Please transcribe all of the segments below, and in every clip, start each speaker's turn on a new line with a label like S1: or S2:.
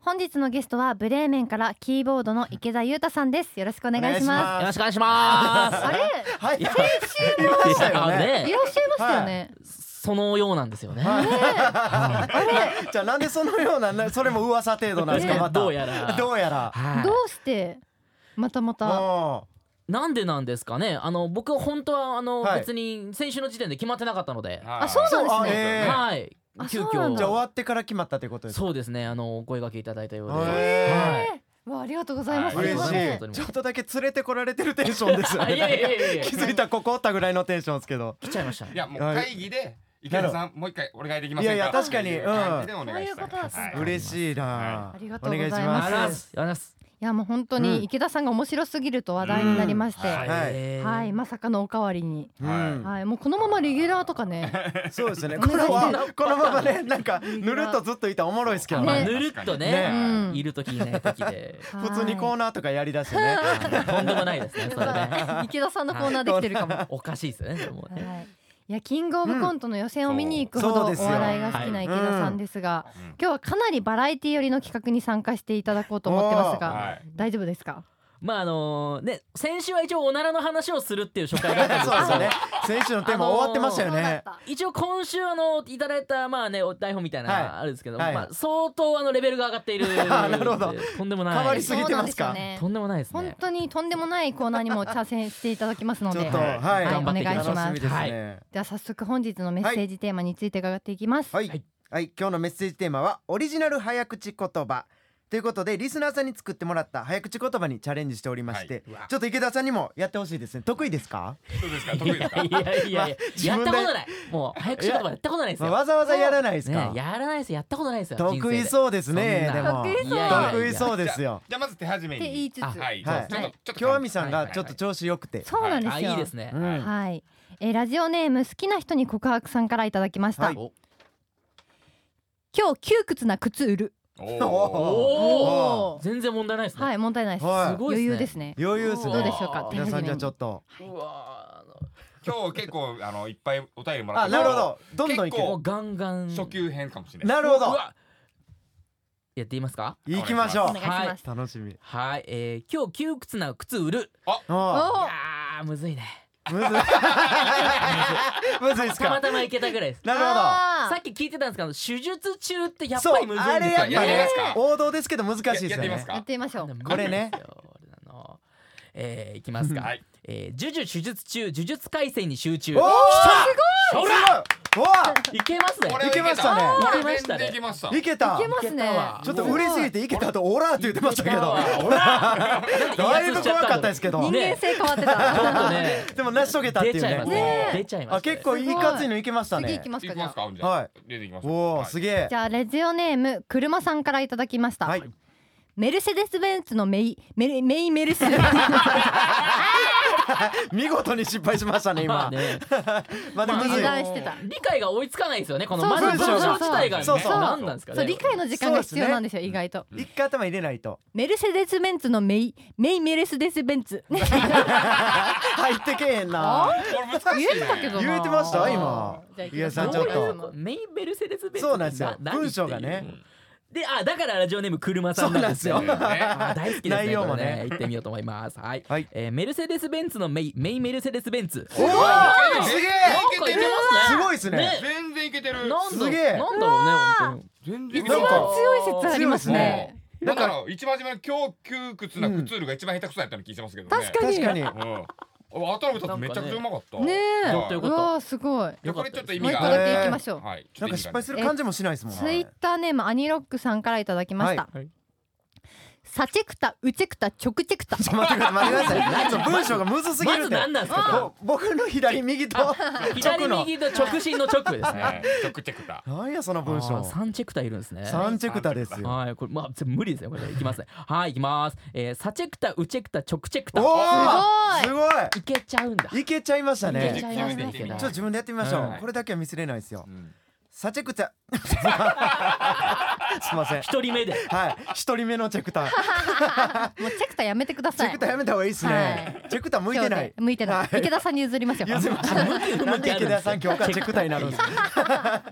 S1: 本日のゲストはブレーメンからキーボードの池田裕太さんですよろしくお願いします
S2: よろしくお願いします。
S1: あれ
S3: はい、
S2: いや
S3: 言いましたよ
S2: いや
S3: ね。
S1: いらっしゃいましたよね、
S2: そのようなんですよね。
S3: じゃあなんでそのようななそれも噂程度なんですか
S1: ね
S3: また
S2: どうやら
S3: どうやら
S2: はい
S1: どうしてまたまた
S3: も
S2: なんでなんですかね。あの僕本当はあの、
S3: はい
S2: 別に先週の時点で決まってなかったので、
S1: あそうなんです
S3: そうあ
S1: ね
S3: えー
S2: はい。
S1: あ
S2: 急
S1: そうなん
S2: 遽
S3: うじゃあ終わってから決まったということですか
S2: そうですね。あのお声掛けいただいたようで、
S3: へ
S1: わあありがとうございます、
S2: はい
S3: 嬉
S1: す
S3: し
S1: ません
S2: 本当
S3: い
S2: に
S3: ちょっとだけ連れてこられてるテンションですよ
S2: はい。あいやいや
S3: ね
S2: いやい や
S3: 気。づいたらここおったぐらいのテンションですけど
S2: 来ちゃいました。
S4: いやもう会議で池田さんもう一回お願いできませんか
S3: いやいや確かに
S4: っていう感じでお願いし
S1: うんそういうことです
S4: た
S1: ね
S4: はい
S3: 嬉しいな
S1: ありがとうございます
S3: お願
S2: ありがとうございます。ありがとうございます。
S1: いやもう本当
S3: うん
S1: に池田さんが面白すぎると話題になりまして、
S4: うん
S3: はい
S1: はい、まさかのおかわりに、
S3: うん
S1: はい、もうこのままレギュラーとかね、
S3: そうですね
S1: お
S3: これ
S1: 願いします
S3: はこのままねなんかぬるっとずっといたらおもろいですけど
S2: まあ
S3: ね
S2: ぬるっと
S3: ね
S2: ね、
S1: うん
S2: いる時いない時 で、
S3: 普通にコー
S1: ナ
S3: ナーとかやりだしてね
S2: とんでもないですね。それね。
S1: 池田さんのコーナーできてるかも。は
S2: おかしいですよね。それもうね
S1: い、いやキングオブコントの予選を見に行くほど
S3: うんそう
S1: お
S3: ですよ
S1: 笑いが好きな池田さんですが、
S4: うん
S1: 今日はかなりバラエティ寄りの企画に参加していただこうと思ってますが、
S4: はい
S1: 大丈夫ですか？
S2: まああのね先週は一応おならの話をするっていう初回だったんで す
S3: そう
S2: け
S3: で
S2: ど
S3: すよね選手のテーマ終わってましたよね
S2: 一応今週あのいただいたまあねお台本みたいな
S3: はい
S2: のあるんですけど、
S3: はい
S2: まあ相当あのレベルが上がって いる
S3: あなるほど
S2: とんでもない
S3: 変わりすぎてます
S1: そうな
S3: か
S1: んですよね
S2: とんでもないです
S1: 本
S2: ね
S1: 当にとんでもないコーナーにも挑戦していただきますの
S3: ちょっ
S1: で
S3: と、
S4: ね
S3: はい
S1: はい
S2: お願いします
S3: 楽みです
S2: はい
S3: ね
S1: では早速本日のメッセージテーマについて伺っていきます、
S3: はい、は
S2: はいい、
S3: 今日のメッセージテーマはオリジナル早口言葉ということでリスナーさんに作ってもらった早口言葉にチャレンジしておりまして、
S4: はいうわ
S3: ちょっと池田さんにもやってほしいですね得意ですか、
S4: どうですか得意ですか
S2: いやいやいや、
S3: まあ
S2: や
S3: 自分
S2: った
S3: で
S2: ことないもう早口言葉やったことないです
S3: まあ
S2: よ、
S3: わざわざやらないですか、
S2: ねやらないですやったことないですよ
S3: 得意そうですね
S2: 人
S3: で
S2: 生
S3: も
S1: 得意そう
S2: いやいやいや
S3: 得意そうですよ
S4: じゃあまず手始め
S1: って言い
S4: に
S1: つつ、
S2: あ
S4: はい
S3: はい
S4: ちょっと
S2: はい
S4: ちょっと
S3: 京亜美さんが
S4: はい
S3: ちょっと調子良くて、
S1: そうなんです
S2: あ
S1: よ
S2: いいですね、
S3: うん
S1: はい、えーラジオネーム好きな人に告白さんからいただきました、
S3: はい
S2: お
S1: 今日窮屈な靴売る
S4: はい
S3: お
S4: おー
S3: お
S1: おー
S2: 全然問題ないですね、
S1: はい問題ないです、
S3: はい
S2: すごいっすね
S1: 余裕ですね
S3: 余裕です
S1: どうで
S3: ね
S1: しょうか
S3: 皆さんじゃあちょ
S1: と
S3: っと
S2: うわー
S4: 今日結構あのいっぱいお便りもら
S3: あ
S4: った
S3: なるほどどんどんいけ
S2: あのも
S4: 結
S3: る
S2: うガンガン
S4: 初級編かもしれない
S3: なるほ
S2: う
S3: ど
S2: わやっていいますか
S3: 行きましょ
S1: お
S3: う
S1: 願いします、
S3: 楽しみ
S2: はい、えー、今日窮屈な靴売る
S3: あ
S2: い
S1: お
S2: やーむずいね
S3: むずいむずいです
S2: たま
S3: か
S2: たまいけたぐらいです
S3: なるほど
S2: さ
S1: さっ
S2: っき聞いてたんですけど手術中ってやっ
S3: そう
S2: ぱりむずいんです
S3: あ
S2: よ
S3: れ
S2: ね
S3: やっぱり
S4: や
S3: ね
S4: りますか
S3: 王道ですけど難しいですよ
S4: やってみます
S1: き
S3: ね
S1: や
S4: か
S1: ってみましょう
S3: これね
S2: あのえー、いきますか、
S4: はい
S2: えー、呪術手術中呪術回戦に集中
S3: おー
S2: すごい
S3: すごいわ
S2: いけますね
S4: こ
S3: れ
S4: はい
S3: けましたね
S4: これ
S2: いけましたね
S4: 全然いけました
S3: あいけた
S1: いけます
S2: いけ
S1: ね
S2: たわ
S3: ちょっと売れすぎていけたとオラーって言ってましたけど
S2: ほら
S3: だいぶ怖かったですけど
S1: 人間
S2: ね
S1: 性変わって
S2: ちょっと
S1: た、
S2: ね
S3: でも成し遂げたってい
S2: 出
S3: う
S2: ちゃい
S3: ね
S2: ます
S1: ね
S2: ね
S1: え
S2: 出ちゃいま
S3: あ
S2: すね
S3: 結構いい感じのいけました
S1: 次
S3: ね
S1: 行きます
S4: い
S1: か
S4: き
S1: じゃあ
S4: ますかじゃあ
S3: はい
S4: 出てきます
S3: おお
S4: はい
S3: すげえ
S1: じゃあラジオネーム車さんからいただきました、
S3: はい
S1: メルセデス・ベンツのメイメルメイメ ルセデス
S3: 見事に失敗しましたね 今
S2: まあね
S3: まあでもむずい
S1: 油断してた
S2: 理解が追いつかないですよねこの
S1: そう
S2: ま
S1: そう
S2: ず文章自体がね
S3: そうそう
S2: 何なんですかね
S1: そう理解の時間が必要なんですよ意外と
S3: 一回頭入れないと
S1: メルセデス・ベンツのメイメイメルセデス・ベン ツ
S3: 入ってけえへんな
S4: これ難しい
S1: 言えてたけ
S4: ね
S1: どな
S3: 言えてました今
S1: じゃあ
S3: いやさんち
S2: ど
S3: ょ
S2: う
S3: っ
S2: い
S3: と
S2: うことメインベルセデスベンツ
S3: そうなんですよ
S2: な何
S3: 文章がね
S2: っていうであだからラジオネーム車さんなんですよ
S3: そうなんです
S4: よ
S2: あ大好きですね
S3: 内容もね
S2: これ行ってみようと思いますはい、
S3: はい
S2: えーメルセデスベンツのメイメイメルセデスベンツ
S3: おお
S2: なん
S4: ー
S3: すげえ
S2: かいけ
S3: す
S2: ま
S3: ごいですね
S2: ね
S4: 全然いけてる
S2: すねなんだ
S3: すげえ
S2: なんだろうね本当に
S4: 全然いけ
S3: 一
S4: て
S3: 番
S4: る
S1: 強い説あります
S3: 強い
S1: ね
S3: ですね
S4: なんだろう一番初めの今日窮屈なクツールが一番下手くそやったの聞いてますけどね
S1: 確か
S3: 確かに
S4: うんあ頭たつめちゃくちゃうまかった
S1: ねえ
S4: はい
S2: ちょっとよ
S1: う
S2: かった
S1: わーすごい
S4: いやこれちょっと意
S1: もう
S4: 味
S1: 一
S4: が
S1: 個だけいきましょう、
S4: はい
S3: なんか失敗す
S4: る
S3: る感じもしないですもん
S1: ツイッターネームアニロックさんからいただきました、
S2: はいはい
S1: サチェクタウチェクタチョクチェクタ
S3: ちょ待ってください待ってくださいちょっと文章がむずすぎ
S2: ま
S3: る
S2: ず
S3: んで
S2: 何なんです
S3: ぼ
S2: か
S3: 僕の左右と
S2: これ左
S3: 直の
S2: 右の直進の直ですね
S4: チョクチェクタ
S3: なんやその文
S2: あ
S3: 章
S2: ーサンチェクタいるんですね
S3: サンチェクタですよ
S2: はいこれまあ全部無理ですねこれいきますねはいいきます、えー、サチェクタウチェクタ直チェク
S3: お
S2: タ
S3: お
S1: す
S3: すご
S2: いけちゃうんだ
S3: いいけちゃいました
S2: い
S3: ねち
S2: けち
S3: ょ
S2: ゃ
S4: い
S2: い
S4: ま
S2: ますす
S4: ね
S2: ね
S4: い
S3: っ
S4: け
S3: と
S4: ちゃ
S2: ね
S3: 自分でやってみましょ
S2: は
S3: う
S2: い
S3: これだけはミスれないですよ
S4: うん
S3: サチェクチャ すいません
S2: 一人目で
S3: はい一人目のチェクター
S1: もうチェクターやめてくだ
S3: チ
S1: さい
S3: ェクターやめた方がいいですね、
S1: は
S3: チェクター向いてない
S1: 今日で向いてない、
S3: はい
S1: 池田さんに譲りましょう
S3: ゆずましょうなんで池田さん今日からチェクターになるんですか
S2: あ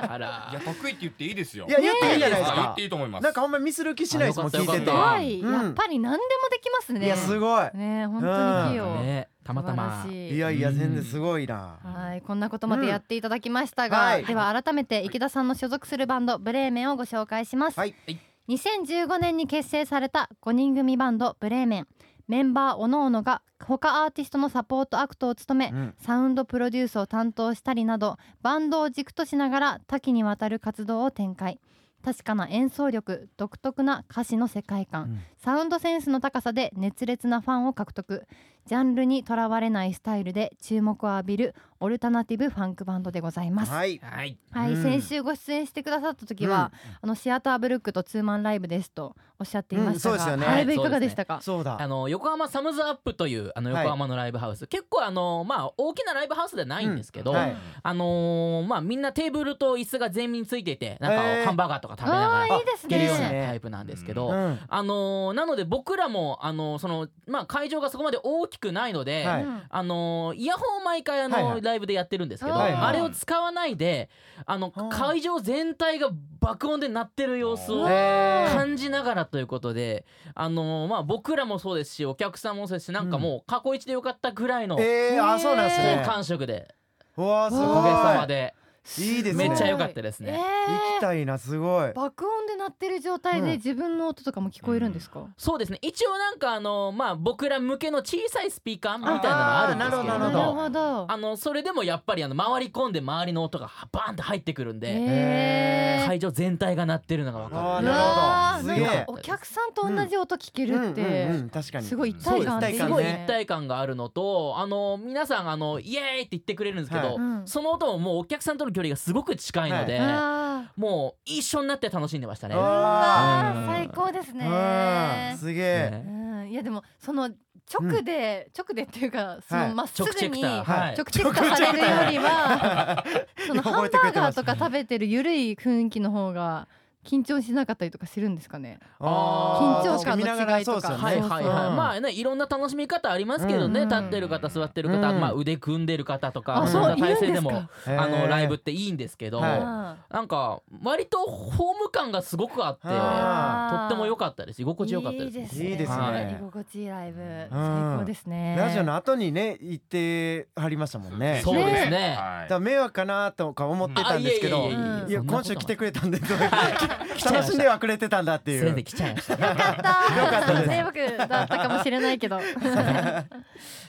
S4: い
S2: ら
S4: や得意って言っていいですよ
S3: いや言っていいじゃないです
S4: あ言
S3: か
S4: っていいと思います
S3: なんかあんまりミスる気しないですもん
S2: あ
S3: 聞
S2: よ
S3: い
S2: かってた
S3: て
S2: よかっ
S1: はい、
S3: うん
S1: やっぱり何でもできますね
S3: いやすごい
S1: ね本当に器用、
S2: ねたまたま
S1: 素晴らしい
S3: いやいや全然すごいな
S1: はい、こんなことまでやっていただきましたが、
S3: うんはい
S1: では改めて池田さんの所属するバンドブレーメンをご紹介します、
S3: はい
S2: はい
S1: 2015年に結成された5人組バンドブレーメンメンバーおのおのが他アーティストのサポートアクトを務め、
S3: うん
S1: サウンドプロデュースを担当したりなどバンドを軸としながら多岐にわたる活動を展開確かな演奏力独特な歌詞の世界観、
S3: うん
S1: サウンドセンスの高さで熱烈なファンを獲得ジャンルにとらわれないスタイルで注目を浴びるオルタナティブファンクバンドでございます。はい、
S3: はい
S2: はい
S3: うん
S1: 先週ご出演してくださった時は、あのシアターブルックとツーマンライブですとおっしゃっていました
S3: うんそうです
S1: が、
S3: よね
S1: ライブいかがでしたか？
S3: そう
S2: あ
S3: だ
S2: の横浜サムズアップというあの横浜のライブハウス、結構あのまあ大きなライブハウスではないんですけど、
S3: うんはい
S2: あのーまあみんなテーブルと椅子が全面についててなんか
S3: えー
S2: ハンバーガーとか食べなが
S1: あ
S2: ら
S1: あー
S2: 行
S1: いいです
S2: けるような
S1: ね。
S2: タイプなんですけど、
S3: うん
S2: あのーなので僕らもあのーそのまあ会場がそこまで大きくないので、
S3: はい
S1: うん
S2: あのーイヤホンを毎回あの、
S3: はいはい
S2: ライブでやってるんですけど、
S1: はい
S3: はい
S2: あれを使わないであの
S3: あー
S2: 会場全体が爆音で鳴ってる様子
S4: う
S2: を
S4: わ
S3: えー
S2: 感じながらということで、あのーまあ、僕らもそうですしお客さんもそうですしなんかもう過去一でよかったぐらいの好
S3: えーあそうなんですね
S2: 感触で
S3: うわーす
S2: お
S1: ー
S2: かげさま
S3: ご
S2: で
S3: いいいですね
S2: めっちゃ良かったです
S1: え
S2: ね。
S3: 行き
S1: ー
S3: たいなすごい
S1: 爆音で鳴ってる状態
S3: うん
S1: で自分の音とかも聞こえるんですか？
S2: そうですね一応なんかあのーまあ僕ら向けの小さいスピーカーみたいなのあるんですけ
S3: あ
S2: れ
S3: ーな
S2: ど
S3: るほどなる
S2: も
S1: ほど。
S2: あのそれでもやっぱりあの回り込んで周りの音がバーンって入ってくるんで、
S1: えー
S2: 会場全体が鳴ってるのが分
S3: あー
S2: かる。
S1: うわ
S3: なるほど
S1: ー
S3: す
S1: な
S3: げえ
S1: んかお客さんと同じ音聞け
S3: うん
S1: るっ
S3: うんう
S1: て
S3: ん確かに
S1: すごい一
S2: そう
S1: 体
S2: で
S1: 感で
S3: ね
S2: す
S1: すよ
S2: ごい
S1: ね
S2: 一体感があるのとあの皆さんあのイエーイって言ってくれるんですけ
S3: は
S2: ど、
S3: い
S1: うん
S2: その音ももうお客さんとの距離がすごく近いので、
S1: あ
S2: もう一緒になって楽しんでましたね。
S1: ーう
S3: あ
S1: わ
S2: うん
S1: ー最高ですね
S3: うんすげえ
S1: うんいやでもその直で直でっていうかその
S3: はい
S1: まっす
S2: 直
S1: ぐ
S2: チェク
S1: に
S2: ター、
S1: 直
S2: はい、
S1: チェクターされるよりはそのハ
S3: 覚え
S1: ン
S3: て
S1: バ
S3: くれ
S1: ー
S3: てま
S1: ガー
S3: す
S1: とか食べてるゆるい雰囲気の方が緊張しなかったりとかするんですかね
S3: あー
S1: 緊張感の
S3: 確に見ながら
S1: 違いとか
S3: そうですよね
S2: はいはいはい、
S3: そうそう
S2: まあねいろんな楽しみ方ありますけどね、
S1: うん
S2: 立ってる方座ってる方、
S3: うん
S2: まあ、腕組んでる方とか
S1: あ
S2: そん
S1: そう
S2: ない
S1: る
S2: 体
S1: ん
S2: 勢
S1: で
S2: ですも
S1: か
S3: へー
S2: あのライブっていいんですけど、
S3: はい
S1: あ
S2: なんか割とホーム感がすごくあって
S3: あ
S1: ー
S2: とっても良かったです居心地良かったです
S1: いいです
S3: いいですね
S1: はい居心地いいライブ最高ですね
S3: ラジオの後にね行ってはりましたもんね
S2: そうですね
S3: だ
S4: は
S3: から迷惑かなとか思ってたんですけ
S2: あ
S3: ど
S2: いえいえいえいえ
S3: いや
S2: そんなこと
S3: 今週来てくれたんで
S2: 来ちゃいま
S3: 楽
S2: し
S3: したんではくれてたんだってい
S2: 連れ
S3: う
S2: てきちゃいました
S1: よかった。
S3: よかったです
S1: 迷惑だったかもしれないけど。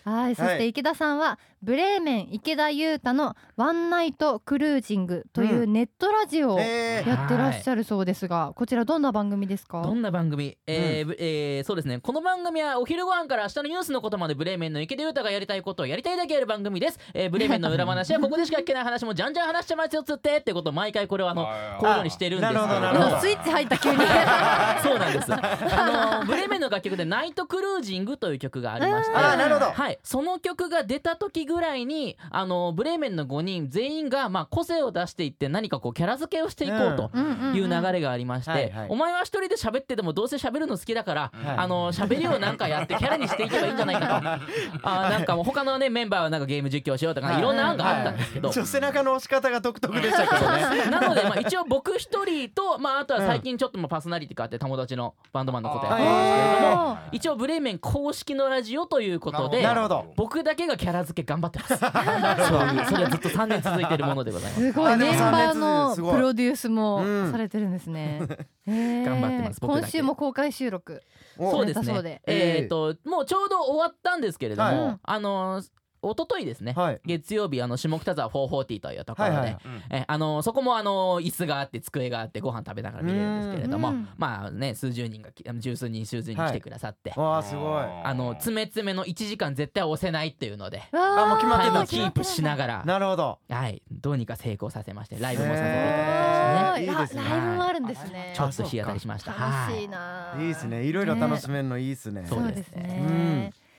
S1: はい、そして池田さんは、ブレーメン池田裕太のワンナイトクルージングという
S3: う
S1: ネットラジオをや
S3: えー
S1: ってらっしゃるそうですが、こちらどんな番組ですか
S2: ど。んな番組、えーぶえーそうですねこの番組はお昼ご飯から明日のニュースのことまでブレーメンの池田裕太がやりたいことをやりたいだけやる番組です、えーブレーメンの裏話やここでしか聞けない話もじゃんじゃん話しちゃいますよつってってことを毎回これはあのこういうようにしてるんですけ
S3: なるほどなるほ
S1: なん
S3: ど
S1: かスイッチ入った急に。
S2: そうなんです。あのブレーメンの楽曲で「ナイトクルージング」という曲がありまして、
S1: うんあーなるほ
S3: ど
S2: はい、その曲が出た時ぐらいにあのブレーメンの5人全員が、まあ、個性を出していって何かこうキャラ付けをしていこうと。
S1: うんうんうん
S2: いう流。れがありまして、
S3: はいはい
S2: お前は一人で喋っててもどうせ喋るの好きだから、
S3: はい
S2: あの喋りをなんかやってキャラにしていけばいいんじゃない かとあーなんかもう他のねメンバーはなんかゲーム実況しようとか、
S3: はい
S2: い、ろんな案があったんですけど、
S3: ちょ背中の押し方が独特でしたけどね
S2: なので、まあ、一応僕一人と、まあ、あとは最近ちょっとまあパーソナリティがあって友達のバンドマンのことやってるんですけれども、
S1: あー
S2: 一応ブレーメン公式のラジオということで
S3: なるほど
S2: 僕だけがキャラ付け頑張ってま すそういうそれはずっと3年続いてるものでございます
S1: すごい
S3: あでも
S1: メンバーの
S3: 三連続すごい
S1: プロデュースも
S3: うん
S1: されてるんですね。へー
S2: 頑張ってます僕だけ
S1: 今週も公開収録。
S3: お
S2: そうです
S1: そうだそう
S2: ね
S1: で
S2: えっ、ともうちょうど終わったんですけれども、
S1: はい
S2: あのー一昨日ですね、
S3: はい
S2: 月曜日あの下北沢440というところで、
S3: はいはい
S2: えあのーそこもあのー椅子があって机があってご飯食べながら見れるんですけれど
S1: う
S2: も
S1: ん
S2: まあね数十人がきあの十数人数十人来てくださって、
S3: わあすごい
S2: あの詰め詰めの1時間絶対押せないっていうので
S1: あ
S3: もう決まって
S2: タイ
S3: た
S2: ムキープしな
S1: ら。
S2: がら
S3: なるほど
S2: はい、どうにか成功させましてライブもさせていただ
S1: あー
S3: へ
S2: きましてね
S3: いいですね
S1: ライブもあるんですね。
S2: ちょっと日当たりしました
S1: 楽
S2: は
S1: しい
S2: い
S1: なあ。
S3: いいですねいろいろ楽しめるのいいですね
S2: そ
S1: そうう
S2: で
S1: ですす
S2: ね
S1: ね。